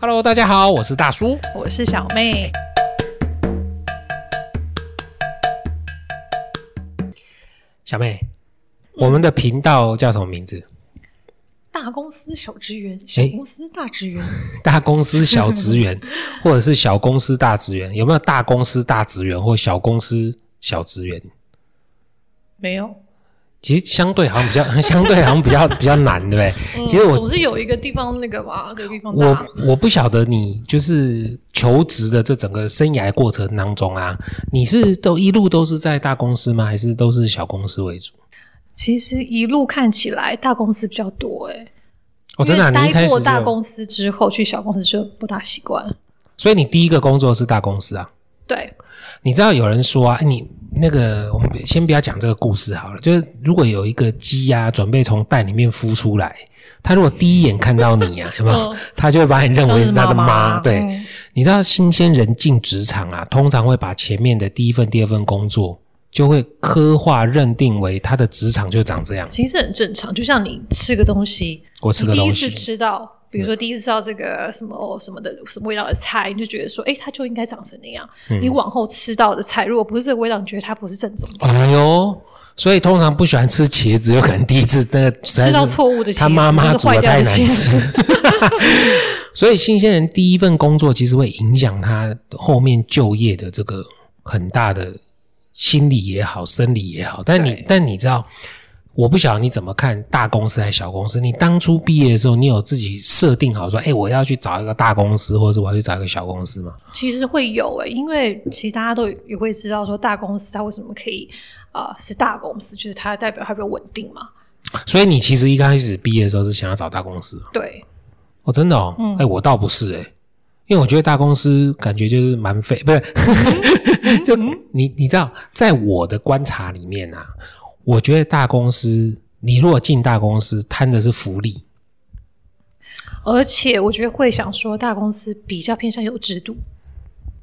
Hello，大家好，我是大叔。我是小妹。小妹，嗯我们的频道叫什么名字？ 大公司小职员，小公司大职员，大公司小职 员，或者是小公司大职员？有没有大公司大职员或小公司小职员？没有。其实相对好像比较， 相对好像 比较比较难，对不对？其实嗯我总是有一个地方那个吧，这个地方大我。我不晓得你就是求职的这整个生涯过程当中啊，你是都一路都是在大公司吗？还是都是小公司为主？其实一路看起来大公司比较多哎、欸，哦，真的啊、因你一为开始待过就大公司之后去小公司就不大习惯。所以你第一个工作是大公司啊？对，你知道有人说啊，你那个我们先不要讲这个故事好了，就是如果有一个鸡啊，准备从蛋里面孵出来，它如果第一眼看到你啊，有没有嗯？它就会把你认为是它的当然是妈妈对，嗯你知道新鲜人进职场啊，通常会把前面的第一份、第二份工作就会刻画认定为他的职场就长这样。其实很正常。就像你吃个东西，我吃个你第东一西嗯次，吃到，比如说第一次吃到这个什么、什么的什么味道的菜，你就觉得说，哎、它就应该长成那样。嗯你往后吃到的菜，如果不是这个味道，你觉得它不是正宗的，哎呦，所以通常不喜欢吃茄子，有可能第一次那个实在吃到是错误的茄子，他妈妈就是煮坏的掉太的难茄子吃。 所以新鲜人第一份工作其实会影响他后面就业的这个很大的心理也好，生理也好。但你对但你知道，我不晓得你怎么看大公司还是小公司。你当初毕业的时候，你有自己设定好说，哎、我要去找一个大公司，或者是我要去找一个小公司吗？其实会有诶、因为其实大家都也会知道说，大公司它为什么可以啊、呃是大公司，就是它代表它比较稳定嘛。所以你其实一开始毕业的时候是想要找大公司吗。对，哦，真的哦，哎、嗯我倒不是哎、因为我觉得大公司感觉就是蛮废，不嗯是？ 就你你知道，在我的观察里面啊，我觉得大公司，你如果进大公司贪的是福利，而且我觉得会想说，大公司比较偏向有制度，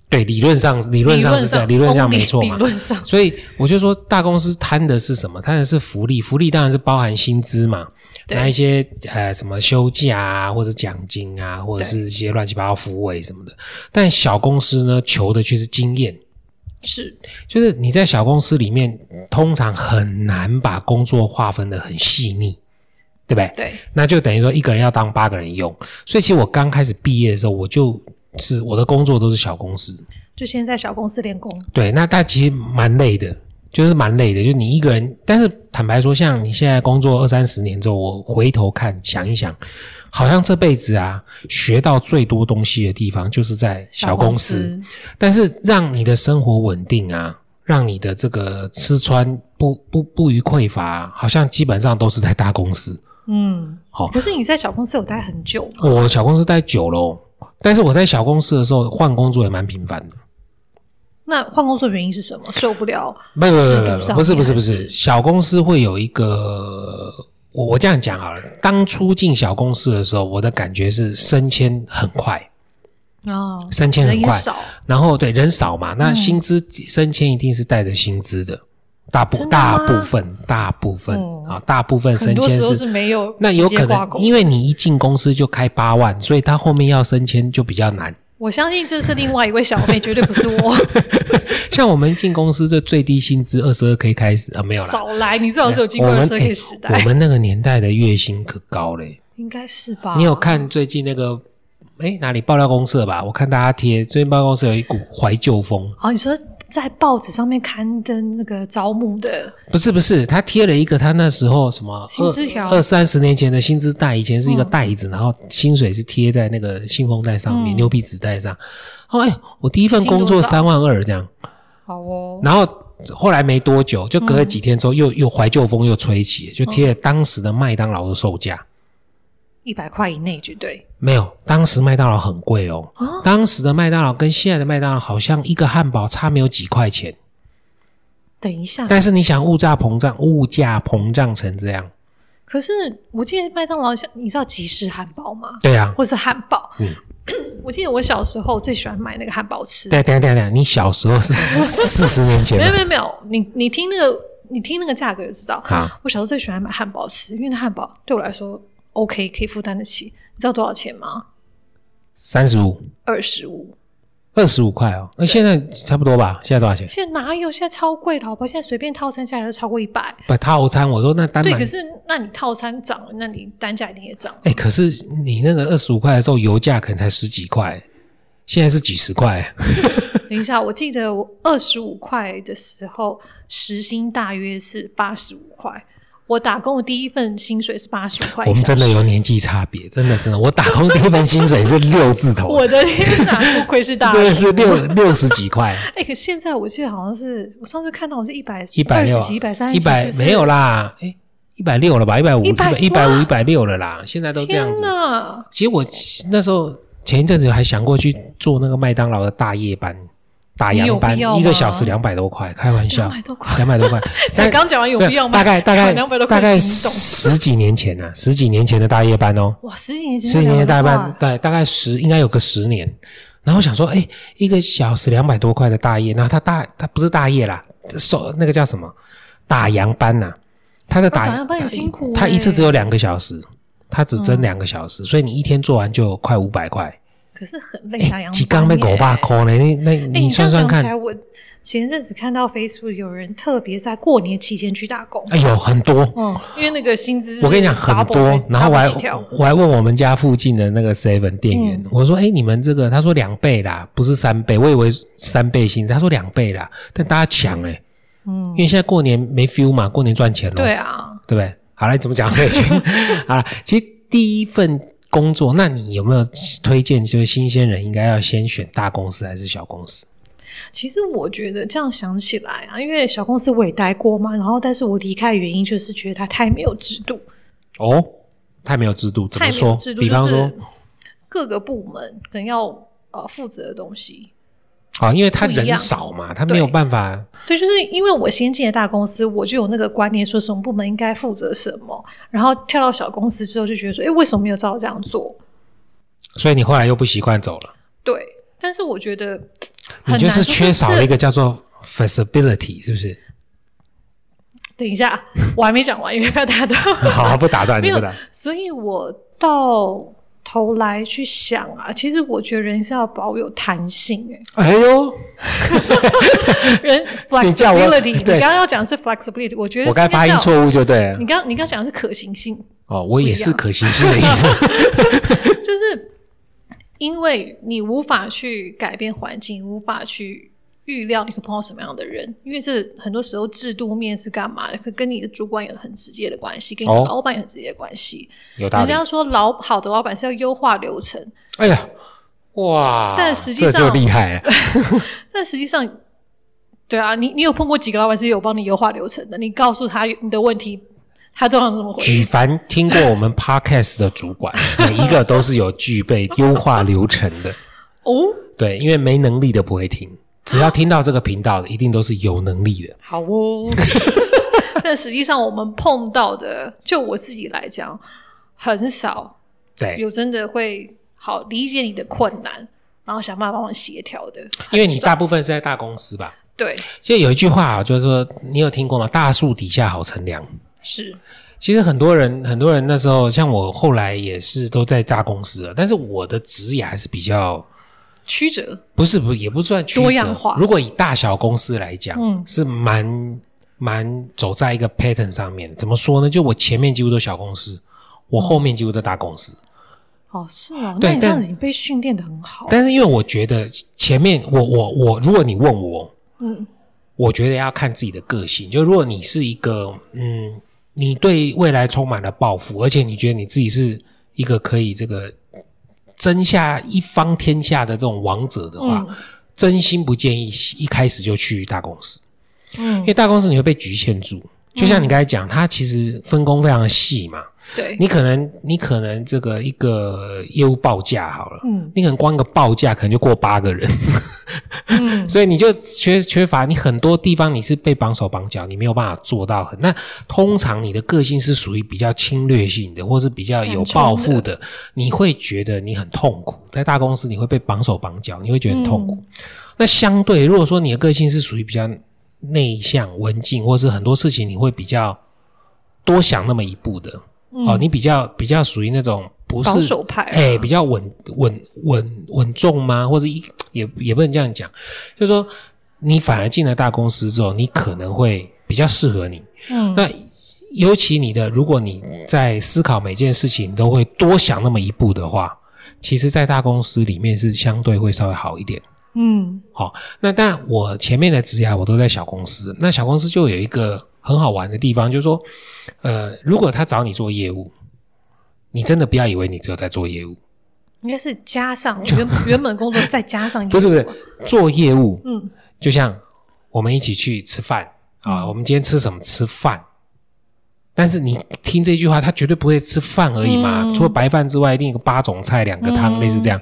对，理论上理论上是这样，理论上没错理嘛。论上 所以我就说，大公司贪的是什么？贪的是福利，福利当然是包含薪资嘛，对拿一些呃什么休假啊，或者奖金啊，或者对是一些乱七八糟福委什么的。但小公司呢，求的却是经验。是就是你在小公司里面，通常很难把工作划分的很细腻，对不对？对，那就等于说一个人要当八个人用。所以其实我刚开始毕业的时候，我就是我的工作都是小公司，就先在小公司练功，对，那但其实蛮累的，就是蛮累的，就是你一个人。但是坦白说，像你现在工作二三十年之后，我回头看想一想，好像这辈子啊，学到最多东西的地方就是在小公司。司但是让你的生活稳定啊，让你的这个吃穿不不不于匮乏啊、好像基本上都是在大公司。嗯，好可是你在小公司有待很久吗？我小公司待久了哦，但是我在小公司的时候换工作也蛮频繁的。那换工作原因是什么？受不了，没有没有没有制度没有，上不是不是面不还是是，小公司会有一个，我我这样讲好了。当初进小公司的时候，我的感觉是升迁很快，哦，升迁人很也快，少，然后对人少嘛，嗯那薪资升迁一定是带着薪资的，大部真的大吗部分大部分哦啊，大部分很升多迁时候是是没有那有直接可挂能钩，因为你一进公司就开八万，所以他后面要升迁就比较难。 我相信这是另外一位小妹，绝对不是我。像我们进公司这最低薪资二十二 k 开始啊，没有啦，少来，你最好是有经我过们社哎会时代，我们那个年代的月薪可高嘞。应该是吧？你有看最近那个哎哪里爆料公社吧？我看大家贴，最近爆料公社有一股怀旧风。哦？你说在报纸上面刊登那个招募的，不是不是，他贴了一个他那时候什么薪资条二二三十年前的薪资袋，以前是一个袋子，然后薪水是贴在那个信封袋上面，嗯牛皮纸袋上。哦，哎，我第一份工作薪多三万二这样，好哦，然后后来没多久，就隔了几天之后，又嗯又怀旧风又吹起，就贴了当时的麦当劳的售价。一百块以内绝对。没有，当时麦当劳很贵哦哦。当时的麦当劳跟现在的麦当劳好像一个汉堡差没有几块钱，等一下，但是你想物价膨胀，物价膨胀成这样，可是我记得麦当劳像，你知道吉士汉堡吗？对啊，或是汉堡？嗯 我记得我小时候最喜欢买那个汉堡吃。对，等一下等一下等一下，你小时候是四十年前没有吗？没有没有，你你听那个你听那个价格就知道。好，我小时候最喜欢买汉堡吃，因为那汉堡对我来说 OK，可以负担得起。你知道多少钱吗？三十五、二十五。二十五块哦，那现在差不多吧？现在多少钱？现在哪有？现在超贵的，好不好？现在随便套餐下来都超过一百。不套餐，我说那单对，买可，是那你套餐涨了，那你单价一定也 涨。哎，可是你那个二十五块的时候，油价可能才十几块，现在是几十块。等一下，我记得我二十五块的时候，时薪大约是八十五块。我打工的第一份薪水是八十五块。 我们真的。有年纪差别，真的真的，我打工第一份薪水是六字头，我的天哪，不愧是 大真的叔是六六十几块，哎、可现在我记得好像是，我上次看到好像是一百一百六啊十几、一百三、一百没有啦，哎，一百六了吧？一百五、一100百一百五、一百六了啦，现在都这样啊天子。哪！其实我那时候前一阵子还想过去做那个麦当劳的大夜班、打你有烊班必要，吗一个小时两百多块，开玩笑两，百多块，。两百多块 才刚讲完有必要吗？大概大概两百多块大概行动十几年前啊，十几年前的大夜班哦，哇，十几年前十几年的大夜200班块，对，大概十应该有个十年。然后我想说，哎，一个小时两百多块的大夜，然后他大他不是大夜啦，手那个叫什么打烊班呐、他的打哦打烊班很辛苦他欸嗯一次只有两个小时，他只争两个小时，所以你一天做完就快五百块。可是很累，啊打烊班哎几缸被狗爸耶抠呢？那那哎你算这算样讲看起，来，我前阵子看到 Facebook 有人特别在过年期间去打工，哎呦，很多。嗯，因为那个薪资我跟你讲很 double 多，然后我 double 起跳还我哦还问我们家附近的那个 Seven 店员，嗯我说：“哎、你们这个？”他说两倍啦，不是三倍，我以为三倍薪资，他说两倍啦，但大家抢哎、嗯因为现在过年没 feel 嘛，过年赚钱咯，对啊，对不对？好了，怎么讲我已 经好了。其实第一份工作，那你有没有推荐？就是新鲜人应该要先选大公司还是小公司？其实我觉得这样想起来啊，因为小公司我也待过嘛，然后但是我离开的原因就是觉得它太没有制度，哦，太没有制度，怎太么没有说？制度，比方就说，是各个部门可能要呃负责的东西，啊，因为他不一样人少嘛，他没有办法。对，就是因为我先进的大公司，我就有那个观念，说什么部门应该负责什么，然后跳到小公司之后就觉得说，哎，为什么没有照这样做？所以你后来又不习惯走了，对，但是我觉得你很就难是说缺少了一这。个叫做 flexibility，是不是？ 等一下，我还没讲完，因为怕大家都 好，不打断没你，有不打。所以我到头来去想啊，其实我觉得人是要保有弹性、欸，哎呦，人 你叫我 flexibility，你对刚刚要讲的是 flexibility，我觉得我该发音误。错误就对了你。刚你刚讲的是可行性，哦，我也是不一样可行性的意思。就是因为你无法去改变环境，无法去预料你会碰到什么样的人，因为这很多时候制度面是干嘛的，可跟你的主管有很直接的关系，跟你的哦老板有很直接的关系。 有道人理家。说老好的老板是要优化流程，哎呀，哇，但实际上这就厉害了。但实际上，对啊，你你有碰过几个老板是有帮你优化流程的？你告诉他你的问题，他通常是怎么回举应？凡听过我们 podcast 的主管，每一个都是有具备优化流程的。哦，对，因为没能力的不会听，只要听到这个频道的，一定都是有能力的。好哦。 但实际上，我们碰到的，就我自己来讲，很少对，有真的会好理解你的困难，然后想办法帮我协调的。因为你大部分是在大公司吧？对，其实有一句话啊，就是说你有听过吗？大树底下好乘凉。是其实很多人，很多人那时候，像我后来也是都在大公司了，但是我的职业还是比较曲折。不是不也不算曲折多样化如果以大小公司来讲，嗯是蛮蛮走在一个 pattern 上面。怎么说呢？就我前面几乎都小公司，我后面几乎都大公司。哦，是哦，对那你这样但子，你被训练的很好。但是因为我觉得前面我我我，如果你问我，嗯，我觉得要看自己的个性。就如果你是一个，嗯，你对未来充满了抱负，而且你觉得你自己是一个可以这个争下一方天下的这种王者的话，嗯真心不建议一开始就去大公司，因嗯，为大公司你会被局限住。就像你刚才讲，它其实分工非常的细嘛，对，你可能你可能这个一个业务报价好了。嗯你可能光一个报价可能就过八个人，嗯，所以你就缺缺乏你很多地方你是被绑手绑脚，你没有办法做到很。那通常你的个性是属于比较侵略性的，或是比较有抱负的，你会觉得你很痛苦。在大公司你会被绑手绑脚，你会觉得很痛苦。那相对如果说你的个性是属于比较内向、文静，或是很多事情你会比较多想那么一步的，哦，你比较比较属于那种不是保守派、啊，哎、比较稳稳稳稳重吗？或者一也也不能这样讲，就是说你反而进了大公司之后，你可能会比较适合你。嗯，那尤其你的，如果你在思考每件事情都会多想那么一步的话，其实，在大公司里面是相对会稍微好一点。嗯好、那但我前面的职涯我都在小公司，那小公司就有一个很好玩的地方，就是说，呃，如果他找你做业务，你真的不要以为你只有在做业务，应该是加上原原本工作再加上一不个是不是做业务，嗯就像我们一起去吃饭啊，嗯我们今天吃什么？吃饭。但是你听这句话，他绝对不会吃饭而已嘛，嗯除了白饭之外，一定有八种菜、两个汤，嗯类似这样。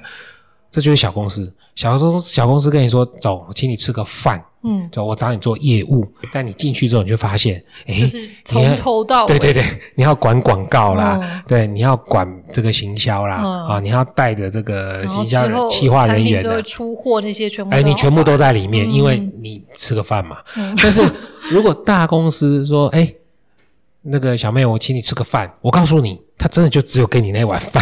这就是小公司，小公司小公司跟你说，走，请你吃个饭，嗯，就我找你做业务。但你进去之后，你就发现，哎，就是你从看头到对尾，对对，你要管广告啦，嗯对，你要管这个行销啦，嗯啊，你要带着这个然后行之销人后企划产人品员之啊后出货那些全部，哎，你全部都，在里面，嗯因为你吃个饭嘛。嗯但是如果大公司说，哎，那个小妹，我请你吃个饭，我告诉你，他真的就只有给你那碗 饭，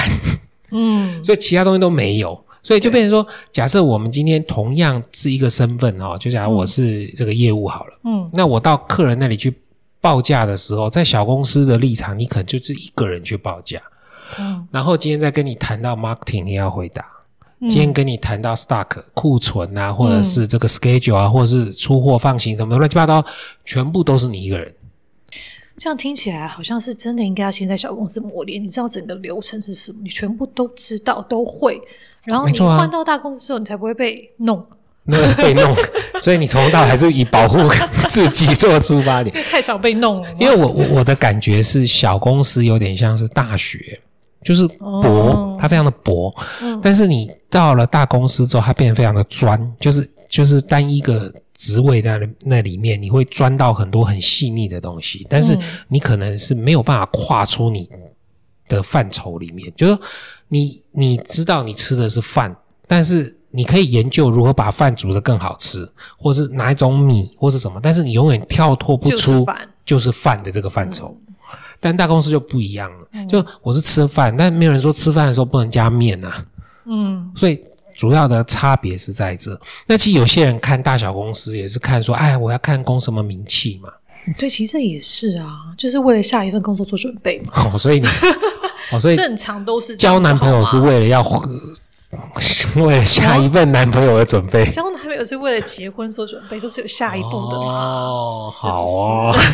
嗯所以其他东西都没有。所以就变成说，假设我们今天同样是一个身份哈、哦，就假如我是这个业务好了，嗯那我到客人那里去报价的时候，在小公司的立场，你可能就是一个人去报价，嗯，然后今天再跟你谈到 marketing，你要回答。嗯今天跟你谈到 stock 库存啊，或者是这个 schedule 啊，或者是出货放行什么的乱七八糟，全部都是你一个人。这样听起来好像是真的应该要先在小公司磨练，你知道整个流程是什么，你全部都知道都会，然后没你错啊换到大公司之后，你才不会被 弄，那个被弄，所以你从头到尾还是以保护自己做出发点。太少被弄了嘛。因为我我我的感觉是，小公司有点像是大学，就是薄，哦它非常的薄。嗯但是你到了大公司之后，它变得非常的专，就是就是单一个职位在那那里面，你会钻到很多很细腻的东西，但是嗯你可能是没有办法跨出你的范畴里面。就是说你你知道你吃的是饭，但是你可以研究如何把饭煮得更好吃，或是哪一种米或是什么，但是你永远跳脱不就是出饭就是饭的这个范畴。但大公司就不一样了，嗯就我是吃饭，但没有人说吃饭的时候不能加面啊。嗯所以主要的差别是在这。那其实有些人看大小公司也是看说，哎，我要看公什么名气嘛。对，其实这也是啊，就是为了下一份工作做准备嘛。哦，所以你，哦，所以正常都 是这样交男朋友是好吗为了要哦为了下一份男朋友而准备。交男朋友是为了结婚做准备，都是有下一步的嘛。哦，好哦。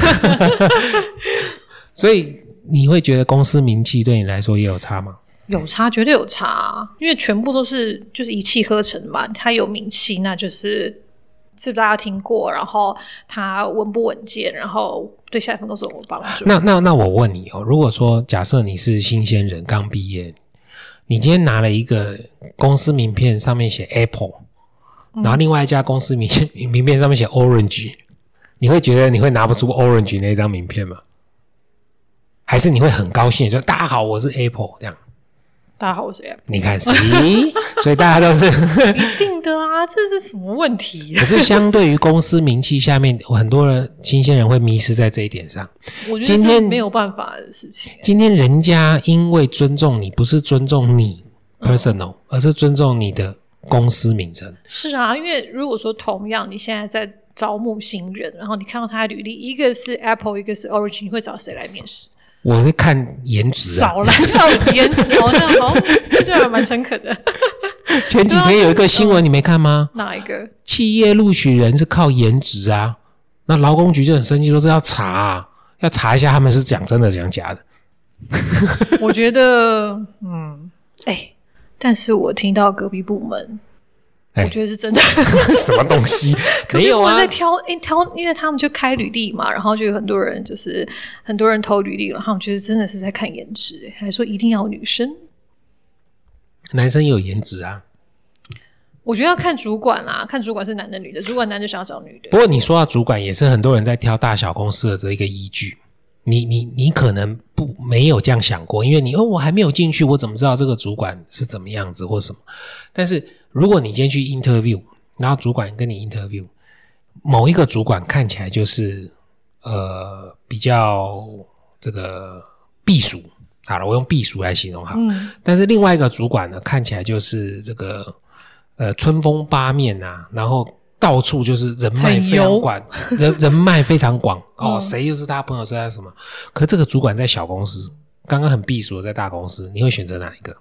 所以你会觉得公司名气对你来说也有差吗？有差，绝对有差啊，因为全部都是就是一气呵成嘛。他有名气，那就是是不是大家听过？然后他稳不稳健？然后对下一份工作有没有帮助？那那那我问你哦，如果说假设你是新鲜人刚毕业，你今天拿了一个公司名片，上面写 Apple，然后另外一家公司名名片 上面写 Orange，你会觉得你会拿不出 Orange 那张名片吗？还是你会很高兴，说大家好，我是 Apple 这样？大家好，我是 M，你看谁？所以大家都是， 一定的啊，这是什么问题可？是相对于公司名气下面，很多人新鲜人会迷失在这一点上。我觉今得是天没有办法的事情。今天人家因为尊重你，不是尊重你嗯 personal，、而是尊重你的公司名称。是啊，因为如果说同样你现在在招募新人，然后你看到他的履历，一个是 Apple，一个是 Origin，你会找谁来面试？我是看颜值啊。少来到底颜值，好像好像这句还蛮诚恳的。 前几天有一个新闻，你没看吗？哪一个？企业录取人是靠颜值啊。那劳工局就很生气，说这要查、啊，要查一下他们是讲真的讲假 的。我觉得，嗯，哎、但是我听到隔壁部门，哎我觉得是 真的。什么东西？隔没壁有部门啊在。挑，哎、挑，因为他们就开履历嘛，然后就有很多人，就是很多人投履历了，他们觉得真的是在看颜值、哎还说一定要女生。男生也有颜值啊。我觉得要看主管啦、看主管是男的女的，主管男就想要找女的不。过你说到主管，也是很多人在挑大小公司的这一个依据。你你你可能不没有这样想过，因为你哦，我还没有进去，我怎么知道这个主管是怎么样子或什么？但是如果你今天去 interview，然后主管跟你 interview，某一个主管看起来就是呃比较这个避暑，好了，我用避暑来形容好了。嗯但是另外一个主管呢，看起来就是这个呃春风八面啊，然后到处就是人脉非常广，人人脉非常 广哦，嗯谁又是他朋友，谁他什么？可这个主管在小公司，刚刚很避暑的在大公司，你会选择哪一个？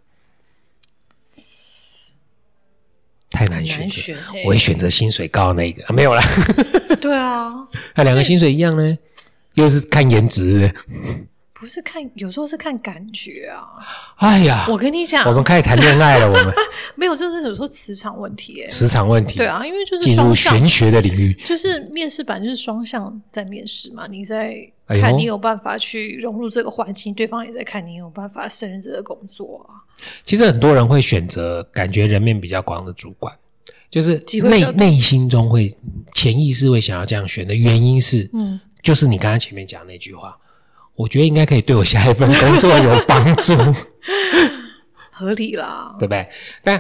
太难选难择，选欸我会选择薪水高的那一个、啊没有啦， 对啊，那两个薪水一样呢，又是看颜值是不是不是看，有时候是看感觉啊。哎呀，我跟你讲我，们开始谈恋爱了，我 们没有，这是有时候磁场问题、欸，磁场问题，对啊，因为就是进入双向玄，学的领域。就是面试版就是双向在面试嘛，你在哎呦看你有办法去融入这个环境，对方也在看你有办法胜任这个工作啊。其实很多人会选择感觉人面比较广的主管，就是机会比内较多内心中会潜意识会想要这样选的原因是，嗯，就是你刚才前面讲那句话，我觉得应该可以对我下一份工作有帮助， 合理啦。对不对？但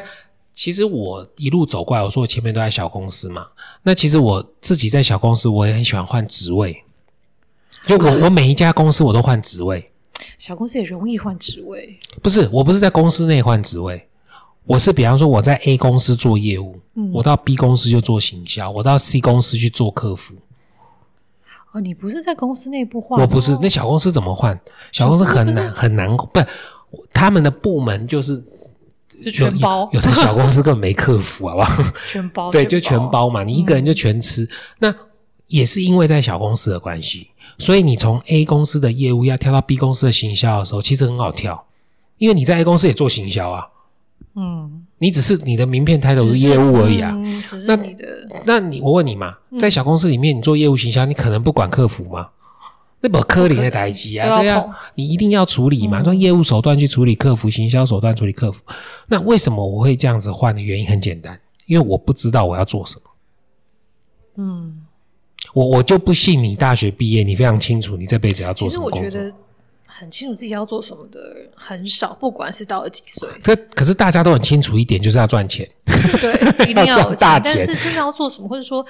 其实我一路走过来，我说我前面都在小公司嘛，那其实我自己在小公司，我也很喜欢换职位，就嗯我我每一家公司我都换职位，小公司也容易换职位，不是，我不是在公司内换职位，我是比方说我在 A 公司做业务，嗯我到 B 公司就做行销，我到 C 公司去做客服。哦，你不是在公司内部换吗，我不是，那小公司怎么换？小公司很难很难，不，他们的部门就是就全包哦有，有的小公司根本没客服，好不好？全包，嗯对，就全。包嘛，你一个人就全吃。那也是因为在小公司的关系，所以你从 A 公司的业务要跳到 B 公司的行销的时候，其实很好跳，因为你在 A 公司也做行销啊。嗯，你只是你的名片抬头是业务而已啊。嗯只是那你的那你我问你嘛，在小公司里面，你做业务行销，你可能不管客服吗？那不科林的代机嗯都啊，要对碰啊，你一定要处理嘛，嗯用业务手段去处理客服，行销手段处理客服。那为什么我会这样子换的原因很简单，因为我不知道我要做什么。嗯，我我就不信你大学毕业，你非常清楚你这辈子要其做实什我么觉工作。得很清楚自己要做什么的人很少，不管是到了几岁，这可是大家都很清楚一点，就是要赚钱。对，一 要定要有赚大但钱是真的要做什么，或者说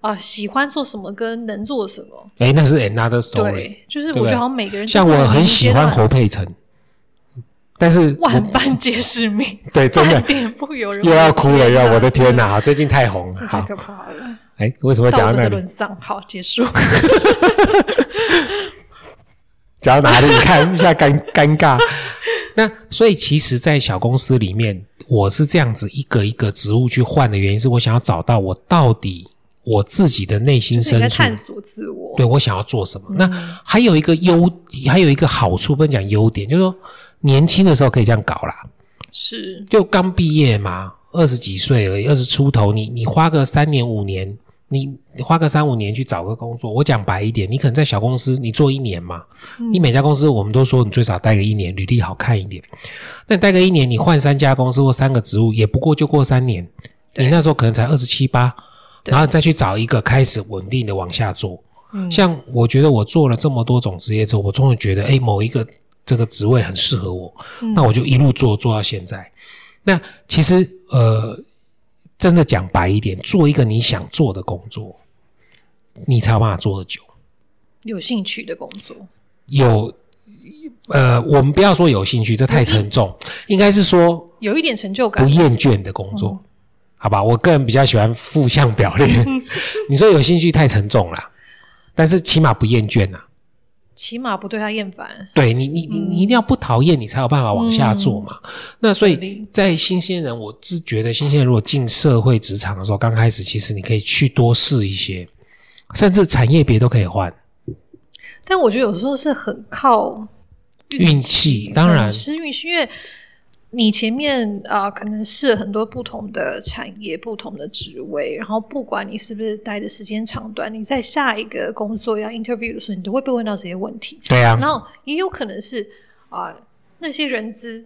啊、喜欢做什么跟能做什么，哎，那是 another story。对，就是对我不对觉得好像每个人像都会我很有喜一个欢阶侯段佩岑，但是我 万般皆是命，对 真的半点不由人，又要哭了，又要我的天 哪！最近太红这了。太好，可怕了，哎，为什么道讲到德那的里沦？丧。好，结束。讲到哪里？你看一下尴尴尬。 那所以其实，在小公司里面，我是这样子一个一个职务去换的原因，是我想要找到我到底我自己的内心就是你在深处，探索嗯自我，对我想要做什么。那还有一个优，还有一个好处，不能讲优点，就是说年轻的时候可以这样搞啦，是就刚毕业嘛，二十几岁而已，二十出头，你你花个三年五年，你你花个三五年去找个工作，我讲白一点，你可能在小公司你做一年嘛，嗯你每家公司我们都说你最少待个一年，履历好看一点。那你待个一年，你换三家公司或三个职务，也不过就过三年，你那时候可能才二十七八。对然后你再去找一个开始稳定的往下做，嗯像我觉得我做了这么多种职业之后，我终于觉得，哎，某一个这个职位很适合我，嗯那我就一路做做到现在。那其实呃，真的讲白一点，做一个你想做的工作，你才有办法做得久。有兴趣的工作，有呃，我们不要说有兴趣，这太沉重，应该是说有一点成就不感。厌倦的工作，好吧？我个人比较喜欢负向表列。 你说有兴趣太沉重啦，但是起码不厌倦啊。起码不对他厌烦，对你，你你你一定要不讨厌，你才有办法往下做嘛。那所嗯合以理，在新鲜人，我是觉得新鲜人如果进社会职场的时候，刚开始其实你可以去多试一些，甚至产业别都可以换。但我觉得有时候是很靠运气当然很吃运气，因为你前面啊、呃可能试了很多不同的产业、不同的职位，然后不管你是不是待的时间长短，你在下一个工作要 interview 的时候，你都会被问到这些问题。对啊，然后也有可能是啊、那些人资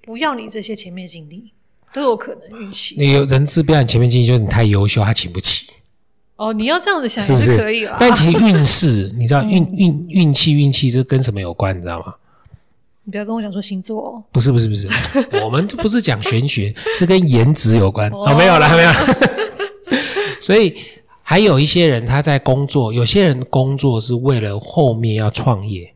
不要你这些前面经历，都有可能运气。你有人资标你前面进去，就是你太优秀，他请不 起，哦，你要这样子想是也不是是？可以啊嗯啦。但其实运势，你知道运运运气运气这跟什么有关？你知道吗？你不要跟我讲说星座哦，不是不是不是， 我们这不是讲玄学，是跟颜值有关。哦哦，没有啦，没有啦。 所以还有一些人他在工作，有些人工作是为了后面要创业，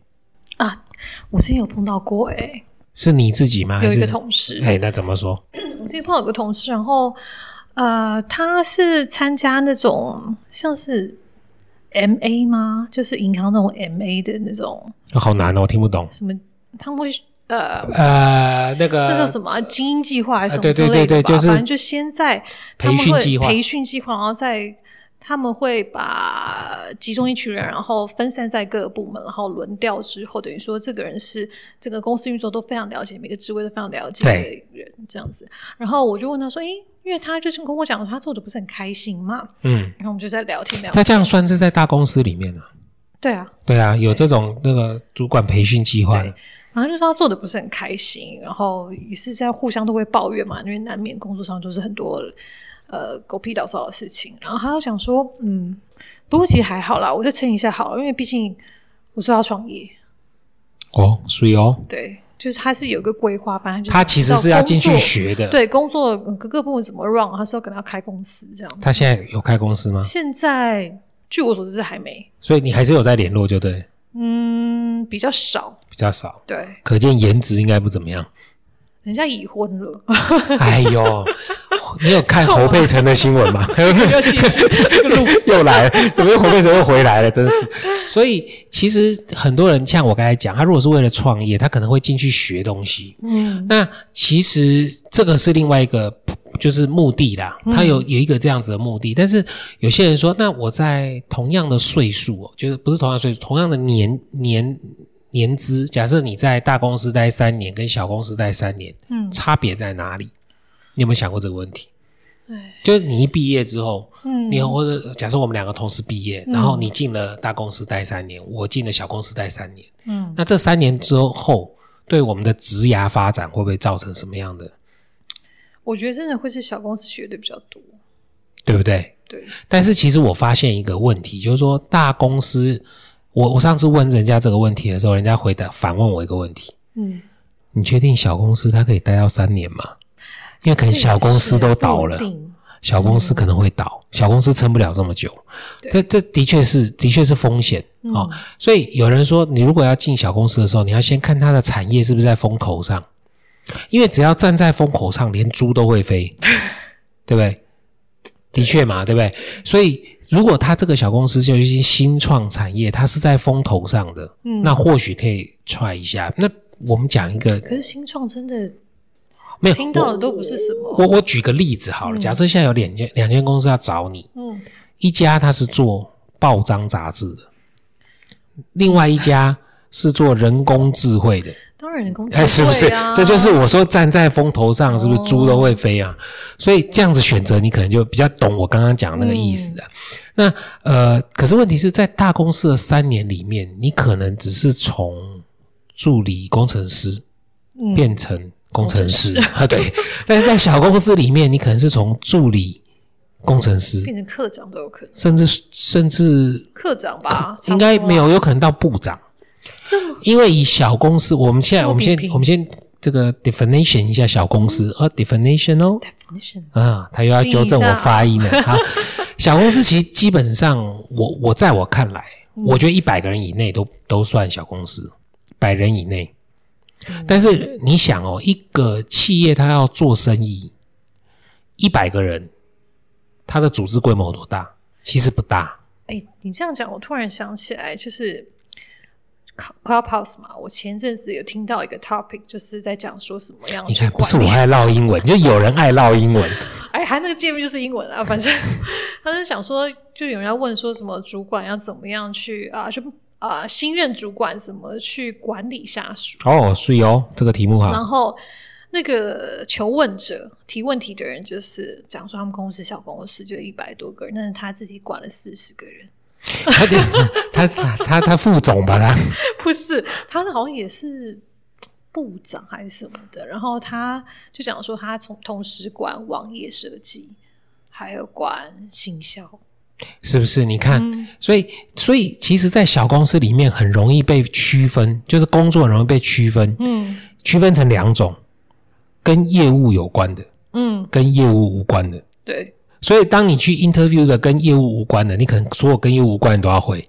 啊，我之前有碰到过、欸，是你自己吗？哎，有还一是个同事，哎，那怎么说？我之前碰到有个同事，然后呃，他是参加那种像是 M A 吗？就是银行那种 M A 的那种好难哦，我听不懂。什么，他们会呃，呃，那这叫个什么啊精英计划还是什对么之对类对对的吧？就是反正就先在培他们训会计划培训计划，然后再他们会把集中一群人，然后分散在各个部门，然后轮调之后，等于说这个人是这个公司运作都非常了解，每个职位都非常了解对的人这样子。然后我就问他说：“诶，因为他就是跟我讲他做的不是很开心嘛，嗯，然后我们就在聊天聊。那这样算是在大公司里面呢、啊？对啊，对啊，有这种那个主管培训计划的，然后就说他做的不是很开心，然后也是在互相都会抱怨嘛，因为难免工作上就是很多呃狗屁倒灶的事情。然后他就想说，嗯，不过其实还好啦，我就撑一下好了，因为毕竟我说要创业，哦，所以哦，对，就是他是有一个规划，反正就是他其实是要进去工作，学的。，对，工作呃各个部门怎么 run，他是要跟他开公司这样子。他现在有开公司吗？现在据我所知是还没，所以你还是有在联络，就对，嗯，比较少，比较少，对，可见颜值应该不怎么样。人家已婚了， 哎呦，你有看侯佩岑的新闻吗？ 要继续这个路。又来了，怎么又侯佩岑又回来了？真是。所以其实很多人像我刚才讲，他如果是为了创业，他可能会进去学东西。嗯，那其实这个是另外一个就是目的啦，嗯他有有一个这样子的目的。但是有些人说，那我在同样的岁数哦，就是不是同样的岁数，同样的年年年资，假设你在大公司待三年，跟小公司待三年，嗯差别在哪里？你有没有想过这个问题？哎，就是你一毕业之后，嗯你或者假设我们两个同时毕业，然后你进了大公司待三年，我进了小公司待三年，嗯，那这三年之后，对我们的职涯发展会不会造成什么样的，我觉得真的会是小公司学的比较多，对不对？对，但是其实我发现一个问题，就是说大公司，我我上次问人家这个问题的时候，人家回答反问我一个问题：嗯，你确定小公司它可以待到三年吗？因为可能哎小公司都倒了这，也是不定小公司可能会倒，小公司撑不了这么久。嗯对嗯这这的确是的确是风险哦。所以有人说，你如果要进小公司的时候，你要先看它的产业是不是在风口上，因为只要站在风口上，连猪都会 飞，对不对？的确嘛，对不对？所以如果它这个小公司就是一些新创产业，它是在风头上的，嗯那或许可以 try 一下。那我们讲一个可是新创真的没有听到嗯我的都不是什么，我我举个例子好了，假设现在有两间两间公司要找你，嗯一家它是做报章杂志的，另外一家是做人工智慧的，当然人工智慧哎，啊，是不是？这就是我说站在风头上，是不是哦猪都会飞啊？所以这样子选择，你可能就比较懂我刚刚讲那个意思啊。那呃，可是问题是在大公司的三年里面，你可能只是从助理工程师嗯变成工程师、啊， 对。但是在小公司里面，你可能是从助理工程师，变成科长都有可能，甚至甚至科长吧，应该差不多啊没，有，有可能到部长，这么因为以小公司，我们现在多我们比嗯先拼我们先这个 definition 一下小公司，呃、definition 哦 definition，啊，他又要纠正我发音 了。好，小公司其实基本上，我我在我看来，嗯我觉得一百个人以内都都算小公司，百人以内。嗯但是你想哦，一个企业它要做生意，一百个人，它的组织规模有多大？其实不大。哎，你这样讲，我突然想起来，就是。Clubhouse 嘛，我前阵子有听到一个 topic，就是在讲说什么样你去看，不是管我理爱唠英文，就有人爱唠英文。哎，他那个界面就是英文啊，反正他就想说，就有人要问说什么主管要怎么样去啊，就啊新任主管怎么去管理下属，哦，所以哦，这个题目然哈，后那个求问者提问题的人就是讲说他们公司小公司就一百多个人，但是他自己管了四十个人， 他他他他他副总吧， 他不是，他好像也是部长还是什么的。然后他就讲说，他从同时管网页设计，还有管行销。是不是？你看，嗯所以所以其实，在小公司里面很容易被区分，就是工作很容易被区分，嗯区分成两种，跟业务有关的，嗯，跟业务无关的。对，所以，当你去 interview 一个跟业务无关的，你可能所有跟业务无关的都要会，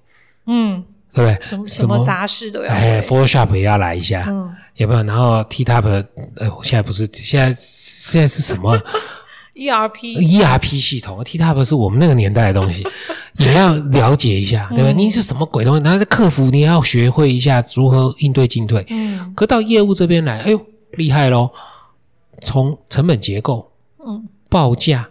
嗯对不对？什么什什么么杂事都要哎会。 ，Photoshop 也要来一下，嗯，有没有？然后 T Top，呃，我现在不是，现在现在是什么 ，E ERP， ERP 系统？T Top 是我们那个年代的东西， 也要了解一下，对不对？你是什么鬼东西？然后客服你也要学会一下如何应对进退。嗯可到业务这边来，哎呦，厉害喽！从成本结构、嗯报价、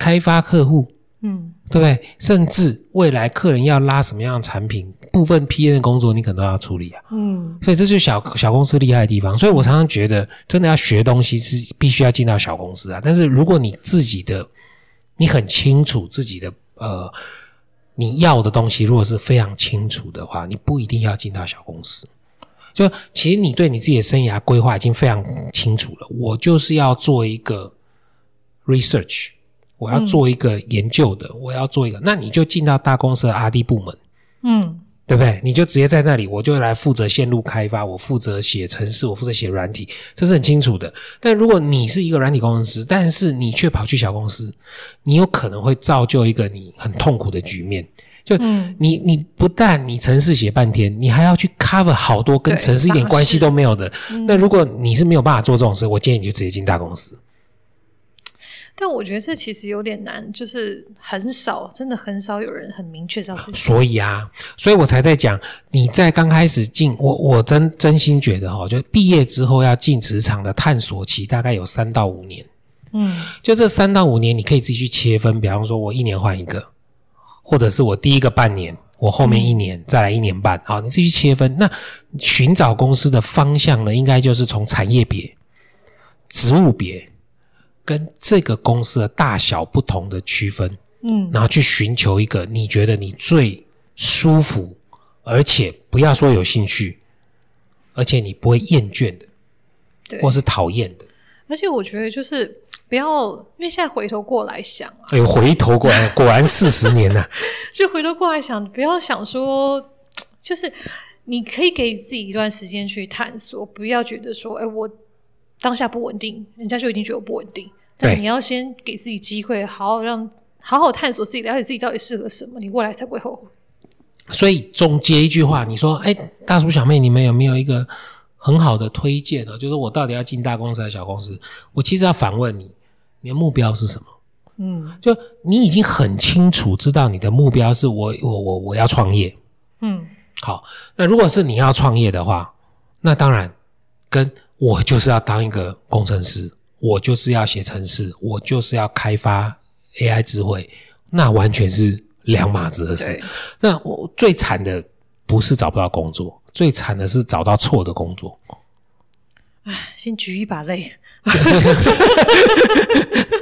开发客户，嗯对不对？甚至未来客人要拉什么样的产品，部分 PM 的工作你可能都要处理啊。嗯，所以这就是小小公司厉害的地方。所以我常常觉得，真的要学东西是必须要进到小公司啊。但是如果你自己的，你很清楚自己的呃你要的东西，如果是非常清楚的话，你不一定要进到小公司。就其实你对你自己的生涯规划已经非常清楚了。我就是要做一个 research，我要做一个研究的，我要做一个，那你就进到大公司的 R D 部门。嗯对不对？你就直接在那里，我就来负责线路开发，我负责写程式，我负责写软体，这是很清楚的。但如果你是一个软体工程师，但是你却跑去小公司，你有可能会造就一个你很痛苦的局面。就嗯你你不但你程式写半天，你还要去 cover 好多跟对嗯程式一点大关系事都没有的。那如果你是没有办法做这种事，我建议你就直接进大公司。但我觉得这其实有点难，就是很少，真的很少有人很明确知道自己。所以啊，所以我才在讲，你在刚开始进，我我真真心觉得哈、就毕业之后要进职场的探索期大概有三到五年，嗯就这三到五年你可以自己去切分，比方说我一年换一个，或者是我第一个半年，我后面一年、再来一年嗯半，好，你自己去切分。那寻找公司的方向呢，应该就是从产业别、职务别跟这个公司的大小不同的区分。嗯然后去寻求一个你觉得你最舒服，而且不要说有兴趣，而且你不会厌倦的，对。或是讨厌的。而且我觉得就是不要，因为现在回头过来想啊，哎呦，回头过来，果然四十年呐、就回头过来想，不要想说，就是你可以给自己一段时间去探索，不要觉得说，哎，我当下不稳定，人家就一定觉得我不稳定。但对你要先给自己机会，好好让好好探索自己，了解自己到底适合什么，你未来才不会后悔。 所以总结一句话，你说，哎，大叔小妹，你们有没有一个很好的推荐呢、就是我到底要进大公司还是小公司？我其实要反问你，你的目标是什么？嗯就你已经很清楚知道你的目标是我我我我要创业，嗯好，那如果是你要创业的话，那当然跟我就是要当一个工程师，我就是要写程式，我就是要开发 AI 智慧，那完全是两码子的事对。那我最惨的不是找不到工作，最惨的是找到错的工作。 先举一把泪。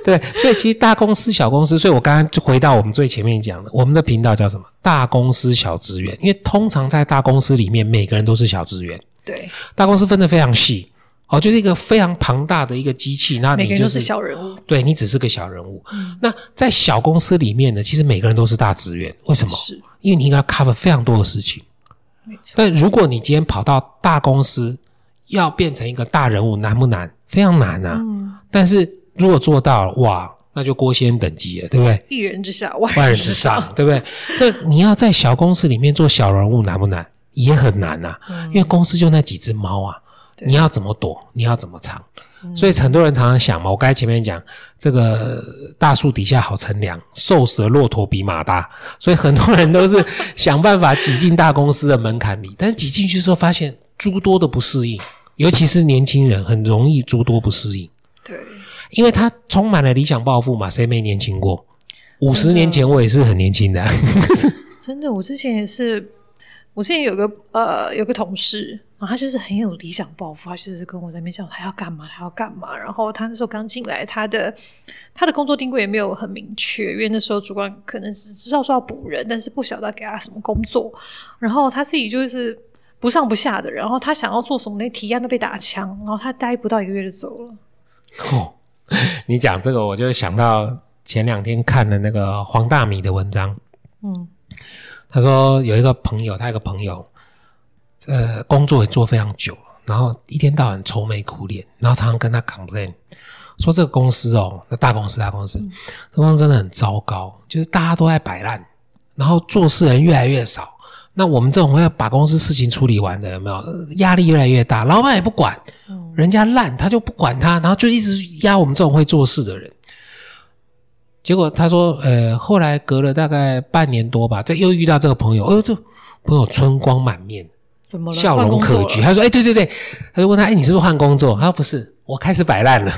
对，所以其实大公司、小公司，所以我刚刚就回到我们最前面讲的，我们的频道叫什么？大公司小职员，因为通常在大公司里面，每个人都是小职员。对，大公司分得非常细，哦，就是一个非常庞大的一个机器，那每个你人就都是小嗯人物。对你只是个小人物。那在小公司里面呢，其实每个人都是大职员，为什么？是，因为你应该 cover 非常多的事情。没错。但如果你今天跑到大公司，要变成一个大人物，难不难？非常难啊！嗯，但是如果做到了，哇，那就郭先等级了，对不对？一人之下，万万人人之上，对不对？那你要在小公司里面做小人物难不难？也很难呐、因为公司就那几只猫啊，嗯对嗯你要怎么躲，你要怎么藏？所以很多人常常想嘛，我刚才前面讲这个呃大树底下好乘凉，瘦死的骆驼比马大，所以很多人都 是想办法挤进大公司的门槛里，但是挤进去之后发现诸多的不适应，尤其是年轻人很容易诸多不适应。对，因为他充满了理想抱负嘛，谁没年轻过？五真十的啊年前我也是很年轻的啊、 真的，我之前也是，我之前有个呃有个同事，然后他就是很有理想抱负，他就是跟我在那边讲他要干嘛，他要干嘛。然后他那时候刚进来，他的他的工作定位也没有很明确，因为那时候主管可能只知道说要补人，但是不晓得给他什么工作。然后他自己就是不上不下的人，然后他想要做什么那提案都被打枪，然后他待不到一个月就走了。哦，你讲这个，我就想到前两天看的那个黄大米的文章，嗯他说有一个朋友，他有个朋友，呃，工作也做非常久，然后一天到晚愁眉苦脸，然后常常跟他 complain 说这个公司哦，那大公司大公司，这公司真的很糟糕，就是大家都在摆烂，然后做事人越来越少，那我们这种要把公司事情处理完的，有没有压力越来越大？老板也不管，人家烂他就不管他，然后就一直压我们这种会做事的人。结果他说，呃，后来隔了大概半年多吧，再又遇到这个朋友，哎呦，这朋友春光满面，怎么了？笑容可掬。他说，哎，对对对，他就问他，哎，你是不是换工作？他说不是，我开始摆烂了。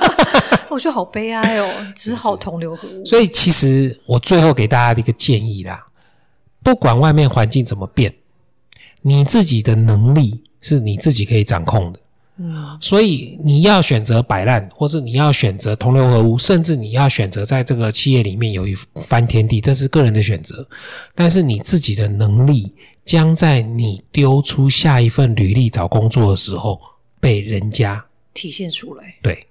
我觉得好悲哀哦，只好同流合污。所以其实我最后给大家的一个建议啦，不管外面环境怎么变，你自己的能力是你自己可以掌控的。嗯，所以你要选择摆烂，或是你要选择同流合污，甚至你要选择在这个企业里面有一番天地，这是个人的选择。但是你自己的能力将在你丢出下一份履历找工作的时候被人家体现出来。对，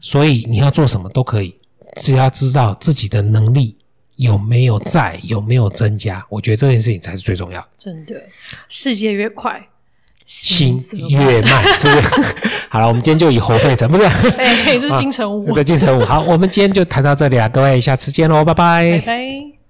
所以你要做什么都可以，只要知道自己的能力有没有在，有没有增加，我觉得这件事情才是最重要的。真的，世界越快，心越慢， 这个好了，我们今天就以侯佩岑不是哎，这是金城武啊我，的金城武。好，我们今天就谈到这里了，各位，下次见喽，拜拜拜拜。